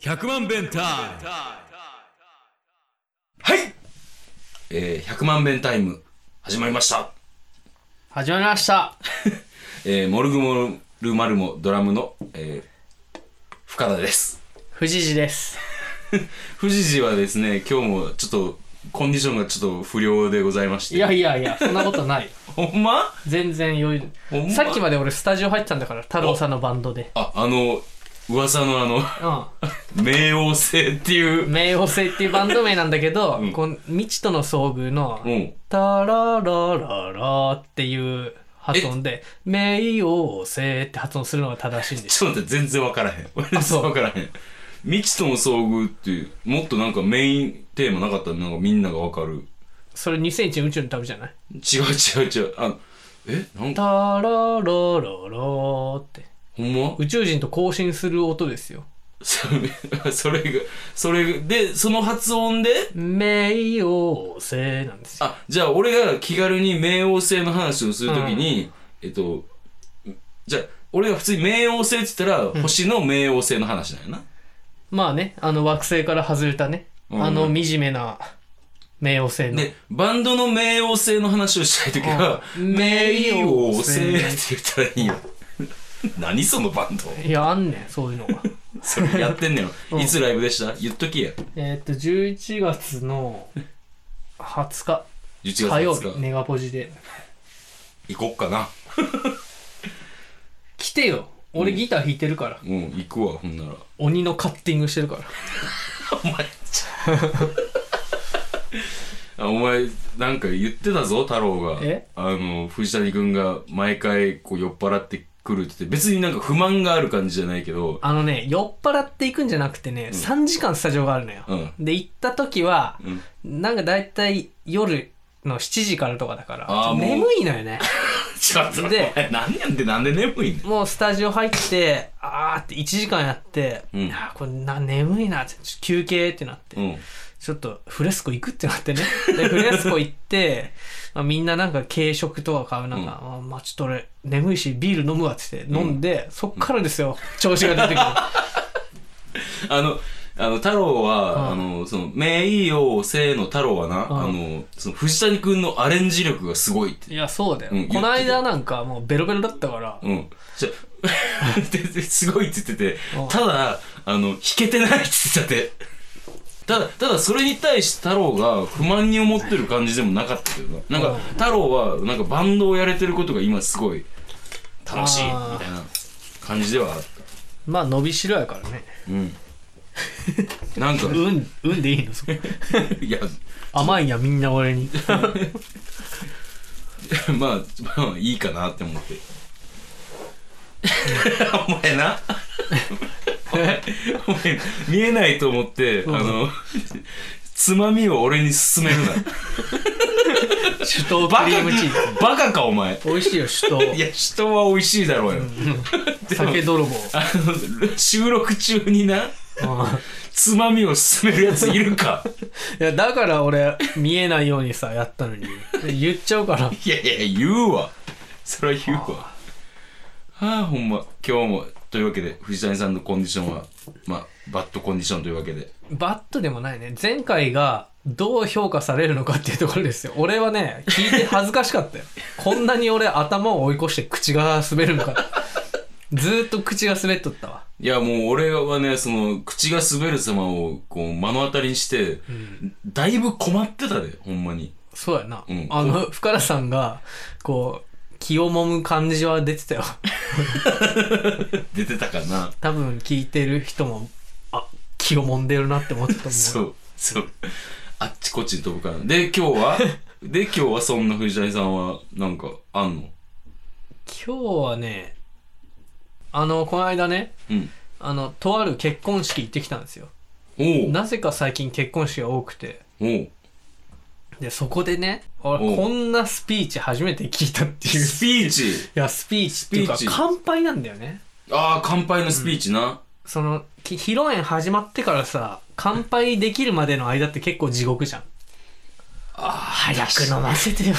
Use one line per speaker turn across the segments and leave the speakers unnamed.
100万弁タイム
はいえー、100万弁タイム、始まりました。
始まりました
えー、モルグモルマルモドラムの、えー深田です。
藤次です
富士寺はですね、今日もちょっと、コンディションがちょっと不良でございまして。
いやいやいやそんなことない
ほんま
全然余
ほんま
裕さっきまで俺スタジオ入ってたんだから太郎さんのバンドで
あ、あの、噂のあ の、
う
冥王星ってい
ん
う。
冥王星っていうバンド名なんだけど、
ん
この未知との遭遇の
うん。
「タララララ」っていう発音で「冥王星」って発音するのが正しいんです
ちょっと待って、全然わからへん。俺全
あそ
然
う
わからへん。未知との遭遇っていう、もっとなんかメインテーマなかったらなんかみんながわかる。
それ2001宇宙の旅じゃない
違う違う違う。あの、えなん
「
か、
タララララ」って
ほんま
宇宙人と交信する音ですよ
それ、それが、それで、その発音で、
「冥王星」なんですよ
あ、じゃあ俺が気軽に冥王星の話をするときに、えっと、じゃあ俺が普通に冥王星って言ったら、星の冥王星の話なんやな。
まあね、あの惑星から外れたね、
うん
あの惨めな冥王星の。
で、バンドの冥王星の話をしたいときは、
うん
冥王星って言ったらいいよ。何そのバンド
いや、あんねん、そういう のが。
それやってんね
うん
ん。いつライブでした言っときや。
えーっと、11月の20日、
11月
火曜
20
日、
日。
ネガポジで。
行こっかな。
来てよ俺ギター弾いてるから、
うん、行くわ、ほんなら。
鬼のカッティングしてるから。
お前あお前なんか言ってたぞ太郎が
え
あの藤谷君が毎回こう酔っ払ってくるって言って別になんか不満がある感じじゃないけど
あのね、酔っ払っていくんじゃなくてね、3時間スタジオがあるのよ。
うん
で、行った時は、
うん
なんか大体夜の7時からとかだか
あーも
ら、
う
眠いのよね。
ちょっと
で
お前何やんってなんで眠いねん
もうスタジオ入って、あーって1時間やって、
うん
あーこれな眠いなって、ちょ休憩ってなって、
うん
ちょっとフレスコ行くってなってね。で、フレスコ行って、 まあ、みんななんか軽食とか買うなんか、あーまあちょっと俺眠いしビール飲むわって言って飲んで、そっからですよ、調子が出てくる。
あのあの太郎は、
うん
あのその名王星の太郎はな、
うん
あのその藤谷君のアレンジ力がすご いって
いや、そうだよ。
うん
この間なんかもうベロベロだったから、
うん。じゃ、 ですごいって言ってて
うん、
ただ、あの、弾けてないって言ってたって。ただ、ただそれに対して太郎が不満に思ってる感じでもなかったけどな。なんか、太郎は、なんかバンドをやれてることが今すごい楽しいみ
あー
たいな感じではあった。
まあ伸びしろやからね。
うん。なん か、
うん、うんでいいのそこ
いや、
甘いんや、みんな 俺に。
まあ、まあ、いいかなって思って。 お前 な。お前お前見えないと思って、あ
ん
の、つまみを俺に勧めるな。
首都クリームチーズ。
バカか、お前。
美味しいよ、首
い
都。
や、人は美味しいだろう よ。
酒泥 棒。
あの、収録中にな、
うん
つまみを勧めるやついるか。
いやだから俺見えないようにさやったのに言っちゃうか ら
いやいやいや、言うわ。それは言うわ。はあ、ほんま。今日も、というわけで、藤谷さんのコンディションは、まあ、バッドコンディションというわけで。
バットでもないね前回がどう評価されるのかっていうところですよ俺はね聞いて恥ずかしかったよこんなに俺頭を追い越して口が滑るのかずーっと口が滑っとったわ
いやもう俺はね、その、口が滑る様をこう目の当たりにして、だいぶ困ってたで、ほんまに。
そうやな、
うん
あの深田さんがこう気を揉む感じは出てたよ
出てたかな。
多分聞いてる人もあ気を揉んでるなって思ってたと思
そうう、そう。あっちこっちに飛ぶから。で、今日 はで、今日はそんな藤谷さんは、なんか、あんの
今日はねあのこの間ね
うん。
あの、とある結婚式行ってきたんですよ。
おう。
なぜか最近結婚式が多くて。
おう。
で、そこでね、
お
俺
う
こんなスピーチ初めて聞いたっていう。い
スピーチ。
や、スピーチっていうか
スピー、チ
乾杯なんだよね。
ああ、乾杯のスピーチな。
その、き披露宴始まってからさ、乾杯できるまでの間って結構地獄じゃん。
あ
早く飲ませてよっ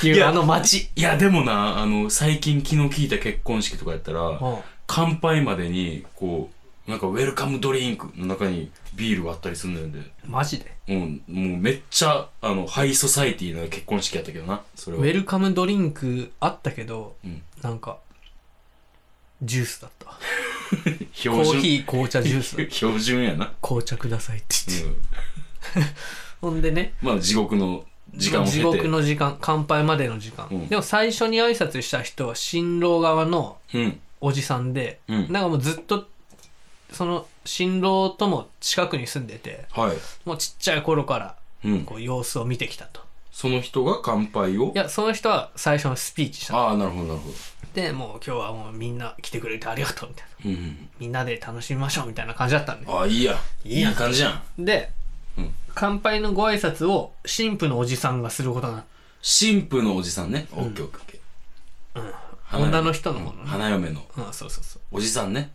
て
い
いう、
や
あの街。
いや、でもな、あの、最近気の利いた結婚式とかやったら、
うん
乾杯までに、こう、なんかウェルカムドリンクの中にビールがあったりするんだよね。
マジで
うん、もうめっちゃ、あの、ハイソサイティな結婚式やったけどな、それ
ウ
は。
ェルカムドリンクあったけど
うん。
なんかジュースだったコ
標準。
ーヒー紅茶ジュースだ
標準やな。
紅茶くださいって
う
言って、
ん。
ほんでね
まあ、地獄の時間を経て。
地獄の時間乾杯までの時間、
うん
でも最初に挨拶した人は新郎側の
うん。
おじさんで、
うん
なんかもうずっとその新郎とも近くに住んでて
はい。
もうちっちゃい頃から
うん。
こう様子を見てきたと
その人が乾杯を
い。やその人は最初のスピーチした
ああ、なるほど、なるほど。
でもう今日はもうみんな来てくれてありがとうみたいな
うん。
みんなで楽しみましょうみたいな感じだったんで
ああ、いいや。いいや感じやん。
で、
うん
乾杯のご挨拶を神父のおじさんがすることになって
神父のおじさんね。オッケーオッケー。
女の人の方のね
うん花嫁の
うんそうそうそう
おじさんね。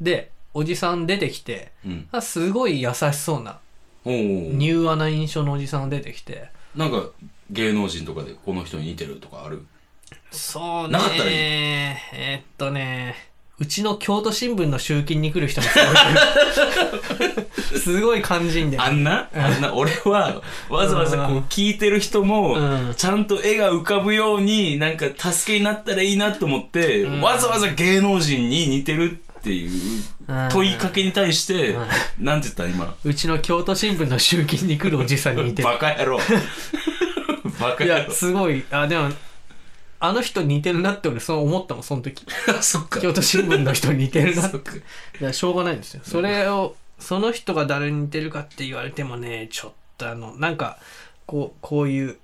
でおじさん出てきて
うん。
あすごい優しそうな
おお。
柔和な印象のおじさんが出てきて
なんか、芸能人とかでこの人に似てるとかある
そうね
なかったらいい
えーっとねうちの京都新聞の集金に来る人もす ごいすごい肝心で
あんなあんな、俺は、わざわざこう聞いてる人も
うん、
ちゃんと絵が浮かぶように、なんか助けになったらいいなと思って、
うん
わざわざ芸能人に似てるっていう
うん
問いかけに対して
うん、
なんて言った今。
うちの京都新聞の集金に来るおじさんに似てる
バカ野 郎。バカ
い
野
や
郎。
すごいあでもあの人似てるなって俺そう思ったもんその時
そっか。
京都新聞の人似てるなって
そっか
いやしょうがないんですよそれをその人が誰に似てるかって言われてもねちょっとあのなんかこうこういう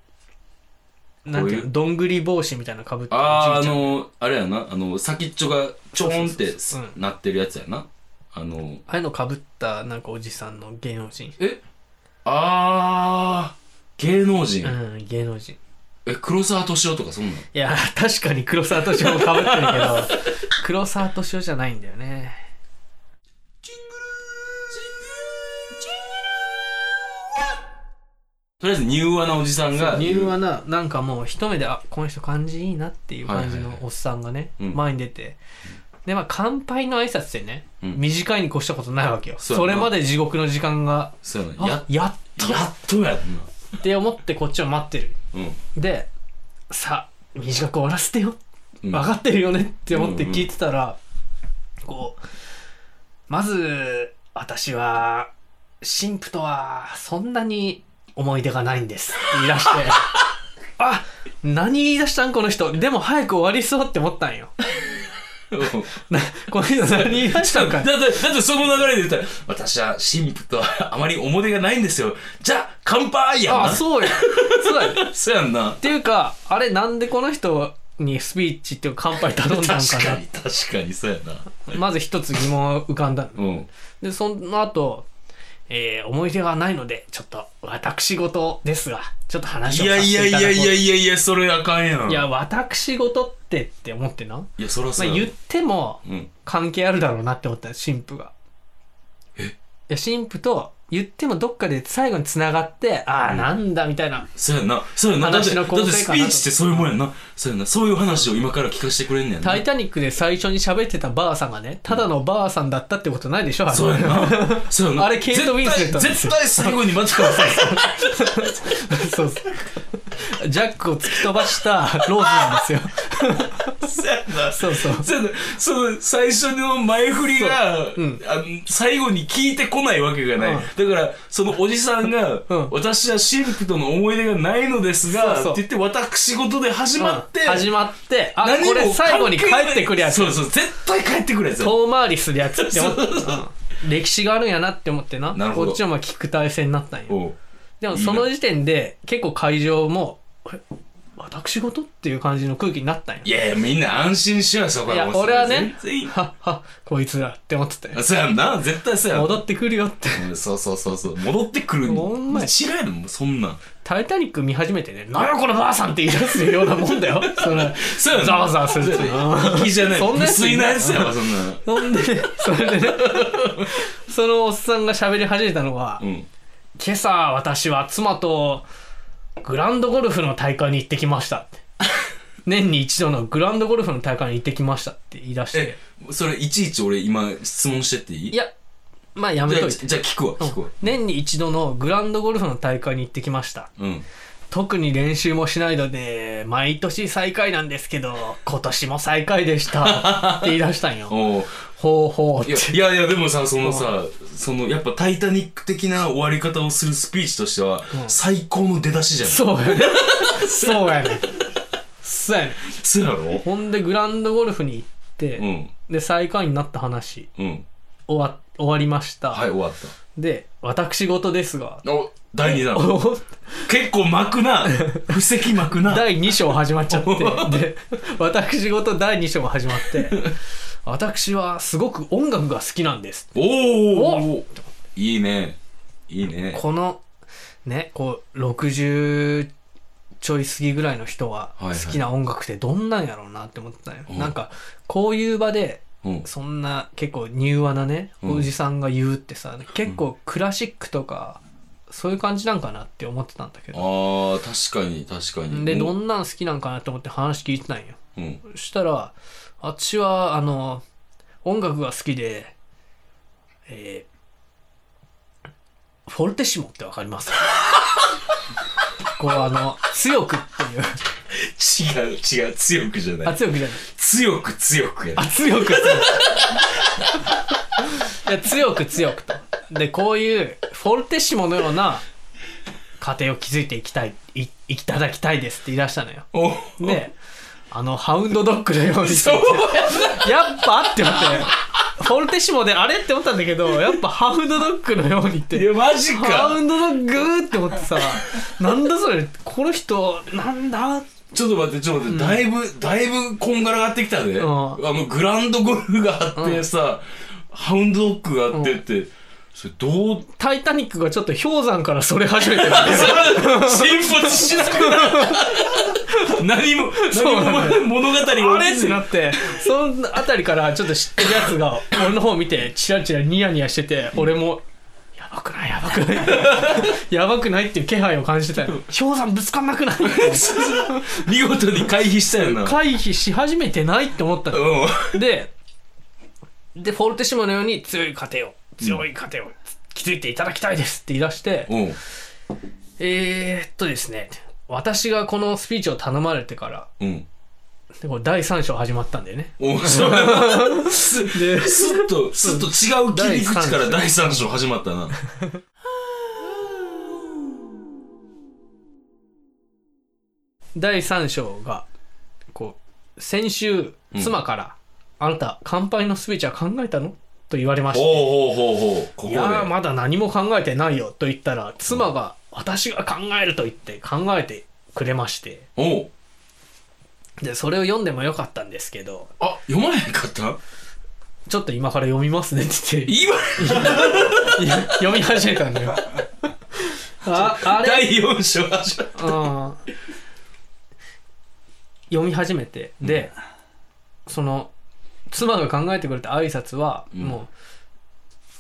なんていう
こうい
のどんぐり帽子みたいなのかぶってる
あー
お
あ
じいちゃん
のあれやなあの先っちょがちょーんって
そうそうそうう
なってるやつやなあの
ああいうのかぶったなんかおじさんの芸能人
えあー芸能人、
うん芸能人
え黒沢敏夫とかそんなん
いや確かに黒沢敏夫もかぶってるけど黒沢敏夫じゃないんだよね
とりあえず柔和なおじさんが
ニューはななんかもう一目であこの人感じいいなっていう感じ
はい
の
はいはい
おっさんがね、
うん
前に出てでまあ乾杯の挨拶でね、
うん
短いに越したことないわけよ
そう
そ
やな
れまで地獄の時間が
そうやなや
あやっと
やっとやんな
って思ってこっちを待ってる
うん
でさあ短く終わらせてよ
うん
分かってるよねって思って聞いてたら、こうまず私は神父とはそんなに思い出がないんですって言い 出してあ何言い出したんこの人でも早く終わりそうって思ったんよなこの人何言い出したん
だ
か
っ
い
て、だって その流れで言ったら、私は神父とはあまり表がないんですよ。じゃあ、乾杯やんな。
あそうよそうだよっ
そうやんな。
ていうかあれなんでこの人にスピーチっていうか乾杯頼ん
確
だ
か
んか
に、確かに、そうやな。
なまず一つ疑問が浮かんだの
うん。
で、その後、えー思い出がないので、ちょっと私事ですが、ちょっと話
い
をさ
や
せ
いや
て
い
いただ
や
こう
いやいやいや、それあかんやん。
いや、私事ってって思ってな。ま
いや、そら
あ、
そうや
言っても
うん。
関係あるだろうなって思った、神父が。えいや、神父と言ってもどっかで最後に繋がって、ああ、なんだみたいな。
そうやんな。そうやんな。だって、
話
だ
の
って
構成かな
スピーチってそういうもんやんな。そうやんな。そういう話を今から聞かせてくれんねやんな
タ。イタニックで最初に喋ってたばあさんがね、ただのばあさんだったってことないでしょ、あれ
そうやんな。そうやんな。
あれケイトウィンスレットなんです
絶
よ
対絶対最後に待ってください。
そうそうジャックを突き飛ばしたローズなん で
そ
すよ。
うやんな。
そうそう。
そうやんなその最初の前振りが、
うん
あの最後に聞いてこないわけがない、だからそのおじさんが、
うん
私は神父との思い出がないのですが
そうそう
って言って私事で始まって、
うん始まってあ
何も
これ最後に帰ってくるやつ
そうそう絶対帰ってくるやつや
遠回りするやつって思った
そうそう
うん歴史があるんやなって思ってな
なるほど
こっちもまあ聞く体制になったんよ
おう
でもその時点で結構会場もえ私事っていう感じの空気になったんよ
いやいやみんな安心しようそこ
いや俺はね
全然いい
はっはこいつらって思ってたよ
あそうやんな絶対そうやん
戻ってくるよって
うんそうそうそうそう戻ってくる
ほんまや
違うのもうそんなん
「タイタニック」見始めてね「なんやこのばあさん」って言い出すようなもんだよそれ
そうやん
ざわざわするっていう
粋じゃない
そんなやつ
無
い
粋
な
ないやつやわそんなの
そんでねそれでねそのおっさんが喋り始めたのは、
うん
今朝私は妻とグランドゴルフの大会に行ってきましたって年に一度のグランドゴルフの大会に行ってきましたって言い出して
え、それいちいち俺今質問してっていい
いやまあや
じ
め
ゃ
と
あ
いて
じゃあ聞くわ、聞くわ。
年に一度のグランドゴルフの大会に行ってきました
うん。
特に練習もしないので毎年最下位なんですけど今年も最下位でしたって言い出した んよ
おう
ほうほうっ
い
て
やい やいやでもさそのさそのやっぱ「タイタニック」的な終わり方をするスピーチとしては
ん
最高の出だしじゃん
そうやねそうやねそうやね
そうやろ
ほんでグランドゴルフに行って、
うん
で最下位になった話
うん
終わ終わりました、
はい終わっ
で私事ですが
たお第2弾結構巻くな布石巻くな
第2章始まっちゃってで私事第2章が始まって私はすごく音楽が好きなんです
おー
お
おいいねいいね
このねこう60ちょい過ぎぐらいの人は
はいはい
好きな音楽ってどんなんやろうなって思ってたよ、
うん
なんかこういう場で
うん
そんな結構柔和なね
うん
おじさんが言うってさ、結構クラシックとかそういう感じなんかなって思ってたんだけ
あ
ど
ー確かに確かに
で
うん
どんなん好きなんかなと思って話聞いてたんよ
うん
そしたらあっちはあの音楽が好きでえーフォルテッシモってわかります こうあの強くっていう
違う違う強くじゃな
あ
い
強くじゃない
強く強くや
あ強く強くいや強く強くとでこういうフォルテッシモのような家庭を築いていきたいいいただきたいですって言い出したのよ
お
であのハウンドドッグのように
そう
やっぱって思ってフォルテッシモであれって思ったんだけどやっぱハウンドドッグのようにっ
い
て
やマジ
ハ
か
ウンドドッグって思ってさなんだそれこの人なんだ
ちょっと待って、ちょっと待って、だいぶ、だいぶこんがらがってきたで。
う
あ
ん
の、グランドゴルフがあってさ、ハウンドドッグがあってって、それどう、
タイタニックがちょっと氷山からそれ始めてるんだよ
それ沈没しなくなる何も、
そうなの
何も物語が起きず
あれってなって、そのあたりからちょっと知ってるやつが、俺の方見て、チラチラニヤニヤしてて、俺も、やばくないやばくない。 やばくないっていう気配を感じてたよ。氷山ぶつかんなくない
見事に回避したよな。
回避し始めてないって思ったの。
うん。
で、で、フォルテシモのように強い家庭を、強い家庭を築いていただきたいですって言い出して、
うん。
えー、っとですね、私がこのスピーチを頼まれてから、
うん。
でこれ第3章始まったんだよね。
おそれす、
で、
すっと、すっと違う切り口から第3章始まったな。
第3章がこう先週
ん
妻から「あなた乾杯のスピーチは考えたの?」と言われまし
ほうほうほうほう。ここ
た「い
で。
やーまだ何も考えてないよ」と言ったら妻が「私が考える」と言って考えてくれまして
おう
でそれを読んでもよかったんですけど
あ、読まへんかった
ちょっと今から読みますねって言って
今、
いや 読み始めたん だよああれ
第4章始まった。
あー読み始めてで、その妻が考えてくれた挨拶は
ん
も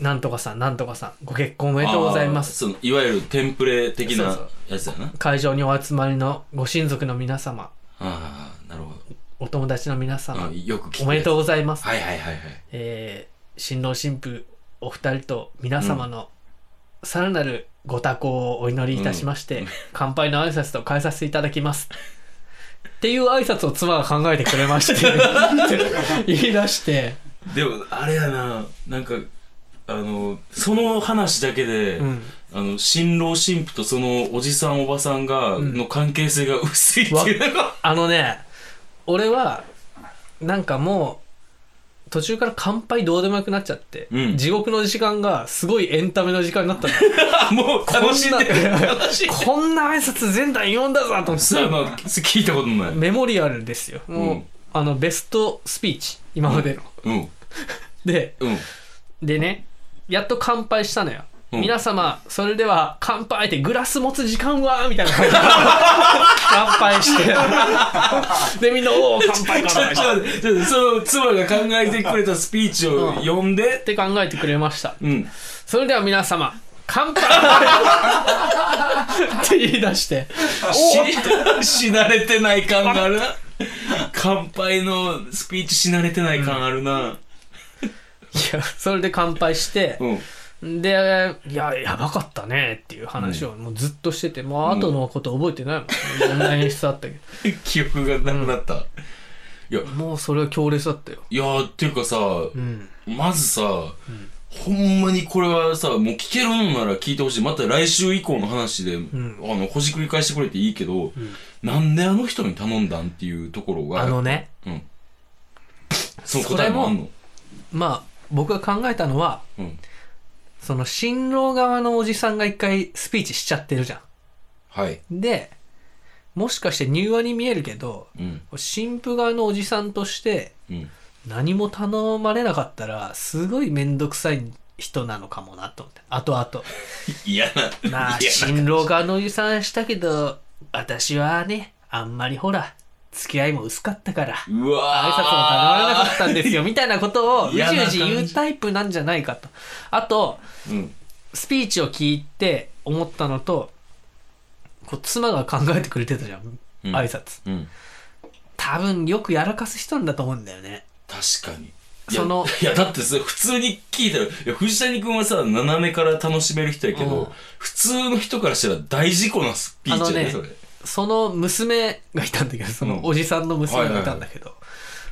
う「なんとかさんなんとかさんご結婚おめでとうございます
あーそのいわゆるテンプレ的な
そう
やつだな」
会場にお集まりのご親族の皆様
ああなるほど
お友達の皆様
あよく聞く
おめでとう
う
ございます、
はいはいはいはい
えー新郎新婦お二人と皆様のさらなるご多幸をお祈りいたしまして、乾杯の挨拶と変えさせていただきます。っていう挨拶を妻が考えてくれまして 言い出して、
でもあれやななんかあのその話だけで、
うん、
あの新郎新婦とそのおじさんおばさんが、の関係性が薄いっていうのが
あのね俺はなんかもう途中から乾杯どうでもよくなっちゃって、
うん
地獄の時間がすごいエンタメの時間になったの
もう楽しんで
こん
る
な
楽しんでる
こんな挨拶前段読んだぞと思って
そうやな聞いたことない
メモリアルですよ。もう、
うん
あの、ベストスピーチ、今までの。
うん
で、
うん
でね、やっと乾杯したのよ。
うん
皆様、それでは乾杯ってグラス持つ時間はみたい な感じで乾杯して。で、みんな、おお、乾杯
ちょ
乾
っ
杯
と待ってちょっとその妻が考えてくれたスピーチを読ん
っ
で、
て考えてくれました。
うん、
それでは皆様、乾 杯って言い出して、
ししなれてない感があるな乾杯のスピーチし慣れてない感あるな。
や、それで乾杯して
う、ん。
で、いや、やばかったねっていう話をもうずっとしてて、もう後のこと覚えてないもん。ん、な演出あったけ
記憶がなくなった。
ど、もうそれは強烈だったよ。
いやー、っていうかさ、
うん。
まずさ、ほんまにこれはさ、もう聞けるのなら聞いてほしい。また来週以降の話で、
ん
あの、ほじくり返してくれていいけど、なんであの人に頼んだんっていうところが、
あのね、
うん。その答えもあんの。
まあ、僕が考えたのは、
うん。
その新郎側のおじさんが一回スピーチしちゃってるじゃ
はい。
ん。で、もしかして入話に見えるけど、
うん。
新婦側のおじさんとして
うん。
何も頼まれなかったら、すごいめんどくさい人なのかもなと思って。あとあと。
嫌な。
まあ、
嫌な
新郎側のおじさんしたけど、私はね、あんまりほら、付き合いも薄かったから、挨
うわ
拶も
ー
頼まれなかったんですよ、みたいなことを、うじう
嫌な
じ言うタイプなんじゃないかと。あと、
うん。
スピーチを聞いて思ったのと、こう妻が考えてくれてたじゃん、
うん
挨拶。
うん。
多分よくやらかす人なんだと思うんだよね。
確かに。いや
その
いや、だってさ、普通に聞いたら、いや、藤谷君はさ、斜めから楽しめる人やけど、
うん
普通の人からしたら大事故なスピーチやね、
あ
そ
の
れ。
その娘がいたんだけど、そのおじさんの娘がいたんだけど、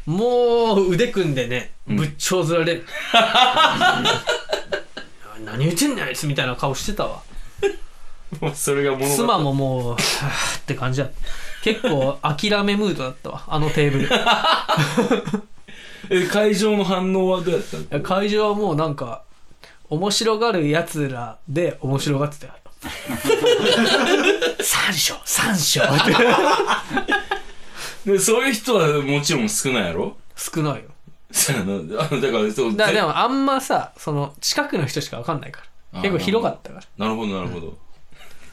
もう腕組んでね、
ん
ぶっちょうずられる。何言ってんねんあいつみたいな顔してたわ。
もうそれが 物語
妻ももう、はぁって感じだった。結構諦めムードだったわ、あのテーブル。
え、会場の反応はどうやったの
いや会場はもうなんか面白がるやつらで面白がってたよ三章三章って
でそういう人はもちろん少ないやろ
少ないよ
そうやな。あのだから、そう。
だから
ぜ
でもあんまさその近くの人しか分かんないか
あ
ら
ー
結構広かったから
なるほど、なるほど。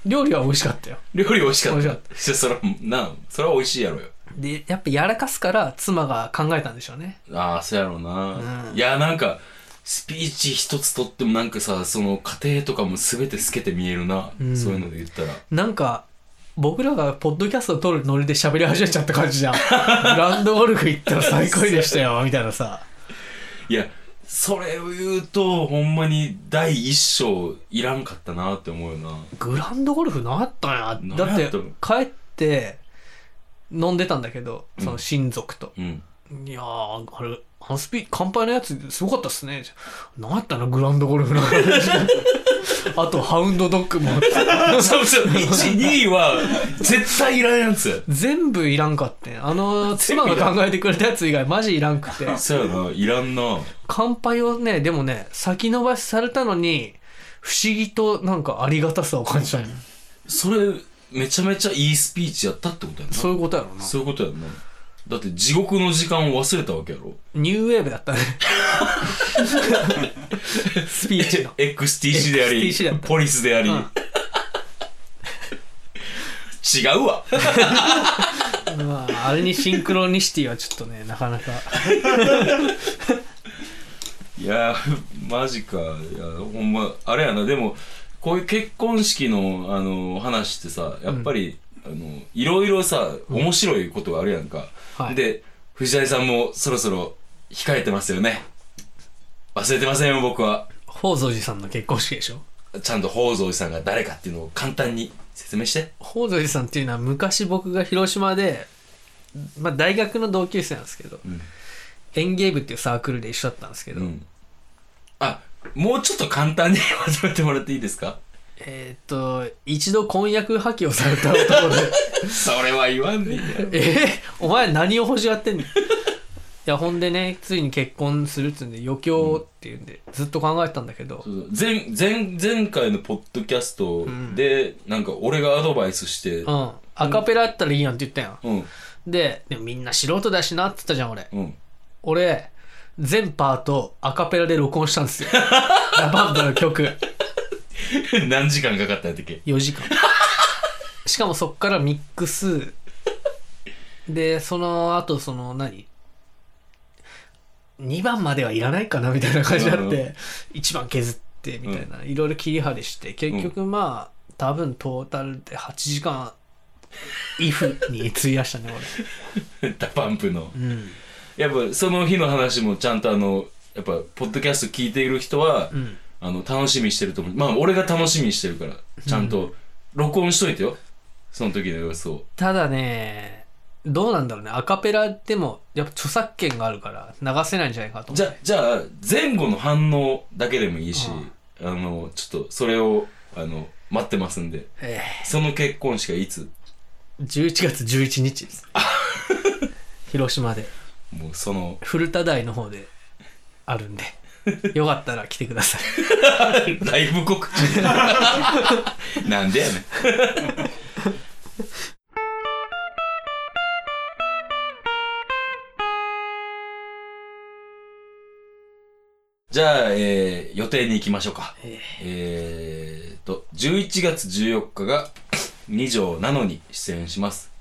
料理は美味しかっ たよ
料理美味しかった。
美味し
いやそれは、な、それは美味しいやろよ。
でやっぱやらかすから妻が考えたんでしょうね
ああ、そうやろうな。
うん
いや、なんか、スピーチ一つとってもなんかさ、その家庭とかも全て透けて見えるな。
うん
そういうので言ったら。
なんか僕らがポッドキャストを撮るノリで喋り始めちゃった感じじゃ んランドゴルフ行ったら最高でしたよみたいなさ
いや、それを言うと、ほんまに第一章いらんかったなって思うよな。
グランドゴルフなかったんやだっ
何や
て
ったの
帰って飲んでたんだけどその親族と、
う ん。
いやーあれあのスピ乾杯のやつすごかったっすね何やったのグランドゴルフの 話あとハウンドドッグも
そうそう、1、2は絶対いらんやつ。
全部いらんかってんあの妻が考えてくれたやつ以外マジいらんくて
そうやな、いらんな。
乾杯をねでもね先延ばしされたのに不思議となんかありがたさを感じたんよ
それ、めちゃめちゃいいスピーチやったってことやな。
そういうことやろうな
そういうことやんな。だって地獄の時間を忘れたわけやろ
ニューウェーブだったね スピーチの
?XTC であり
XTC だっ、た
ポリスであり。違
う ん
うわ。
まあ、あれにシンクロニシティはちょっとね、なかなか。
いやー、マジか。いや、ほんま、あれやな。でも、こういう結婚式の、あの、話ってさ、やっぱり、あの、いろいろさ、面白いことがあるやんか。
はい
で、藤井さんもそろそろ控えてますよね。忘れてませんよ、僕は。
宝蔵寺さんの結婚式でしょ
ちゃんと宝蔵寺さんが誰かっていうのを簡単に説明して。
宝蔵寺さんっていうのは昔僕が広島で、まあ大学の同級生なんですけど、
ん
園芸部っていうサークルで一緒だったんですけど、
うん。あ、もうちょっと簡単に まとめてもらっていいですか
えーっと、一度婚約破棄をされた男で、
それは言わんでいいやろ。
えーお前何を欲しがってんのいや、ほんでね、ついに結婚するっつうんで、余興っていうんで、ずっと考えてたんだけど、
そうそう前前前回のポッドキャストで、なんか俺がアドバイスして、
うん、アカペラやったらいいやんって言ったやん。
うん、
で、でもみんな素人だしなって言ったじゃん、俺。
うん。
俺全パートアカペラで録音したんで すよラバンドの曲
何時間かかったんやったっけ
4時間しかもそっからミックスでその後その何2番まではいらないかなみたいな感じになっ
う
て1番削ってみたいないろいろ切り張りして結局まあ多分トータルで8時間イフに費やしたね、
ダパンプの。
俺。うん。
やっぱその日の話もちゃんとあの、やっぱ、ポッドキャスト聞いている人は、
うん。
あの、楽しみにしてると思う。まあ、俺が楽しみにしてるから、ちゃんと、録音しといてよ。その時の様子を。
ただね、どうなんだろうね。アカペラでも、やっぱ著作権があるから、流せないんじゃないかと思
じ
っ
ゃ、じゃあ、前後の反応だけでもいいし
うん、
あの、ちょっと、それを、あの、待ってますんで。
え
その結婚式はいつ
え11月11 日です。広島で、
もう、その、
古田台の方であるん で、よかったら来てください。
ライブ告知 なんでやねん。じゃあ、えー予定に行きましょうか。
え
えーと、11月14日が2条なのに出演します。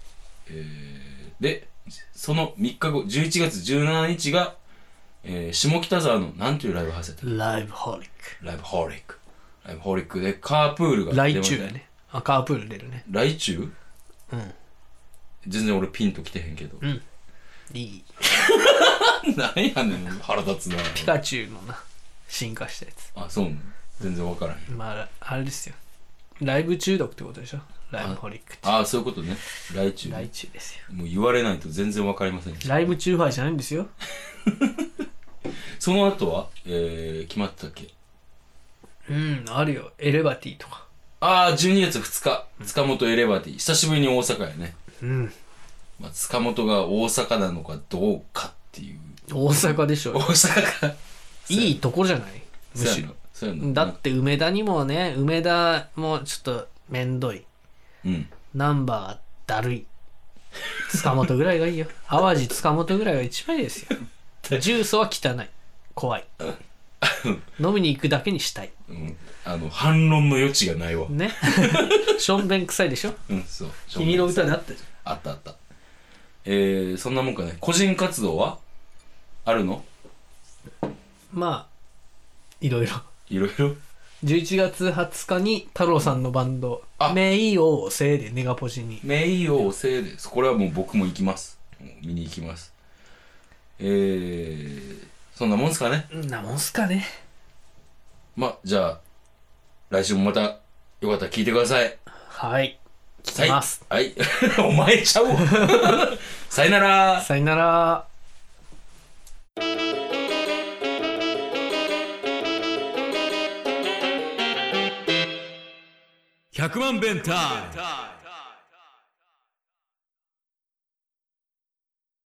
えーで、その3日後、11月17日が、えー下北沢の、なんていうライブハウスやったっけ
ライブホリック。
ライブホリック。ライブホリックでカープールが
来
出まし
中
た
や。ね。あ、カープール出るね。
来中
うん。
全然俺ピンときてへんけど。
いい。
何やねん、腹立つな。
ピカチュウのな、進化したやつ。
あ、そうなの全然わからへん。
まあ、あれですよ。ライブ中毒ってことでしょライブホリックって。
ああ、そういうことね。来中。
来中ですよ。
もう言われないと全然わかりません。
ライブ中杯じゃないんですよ。
その後は、えー、決まってたっけ
うん、あるよ。エレバティとか。
ああ、12月2日、塚本エレバティ。久しぶりに大阪やね。
うん。
まあ、塚本が大阪なのかどうかっていう。
大阪でし
大
ょ。
阪か。
いいとこじゃないむしろ。
そうやな。そうやな
だって梅田にもね、梅田もちょっとめんどい。
うん。
ナンバーだるい。塚本ぐらいがいいよ。淡路塚本ぐらいが一番いいですよ。重曹は汚い。怖い。飲みに行くだけにしたい。
うん。あの、反論の余地がないわ。
ね。しょんべん臭いでしょ
うん、そう。
君の歌であったじ
あったあった。えー、そんなもんかね。個人活動はあるの
ゃん。まあ、いろいろ。
いろいろ。
11月20日に太郎さんのバンド
あ、
名医王せいでネガポジに。
名誉をせいです。これはもう僕も行きます。もう見に行きます。えー、そんなもんすかね。
んなもんすかね。
ま、じゃあ、来週もまた、よかったら聞いてください。
はい。聞
は
き
い。
ます。
はい。 お前ちゃうわ。さよなら。
さよなら。
100万弁タイム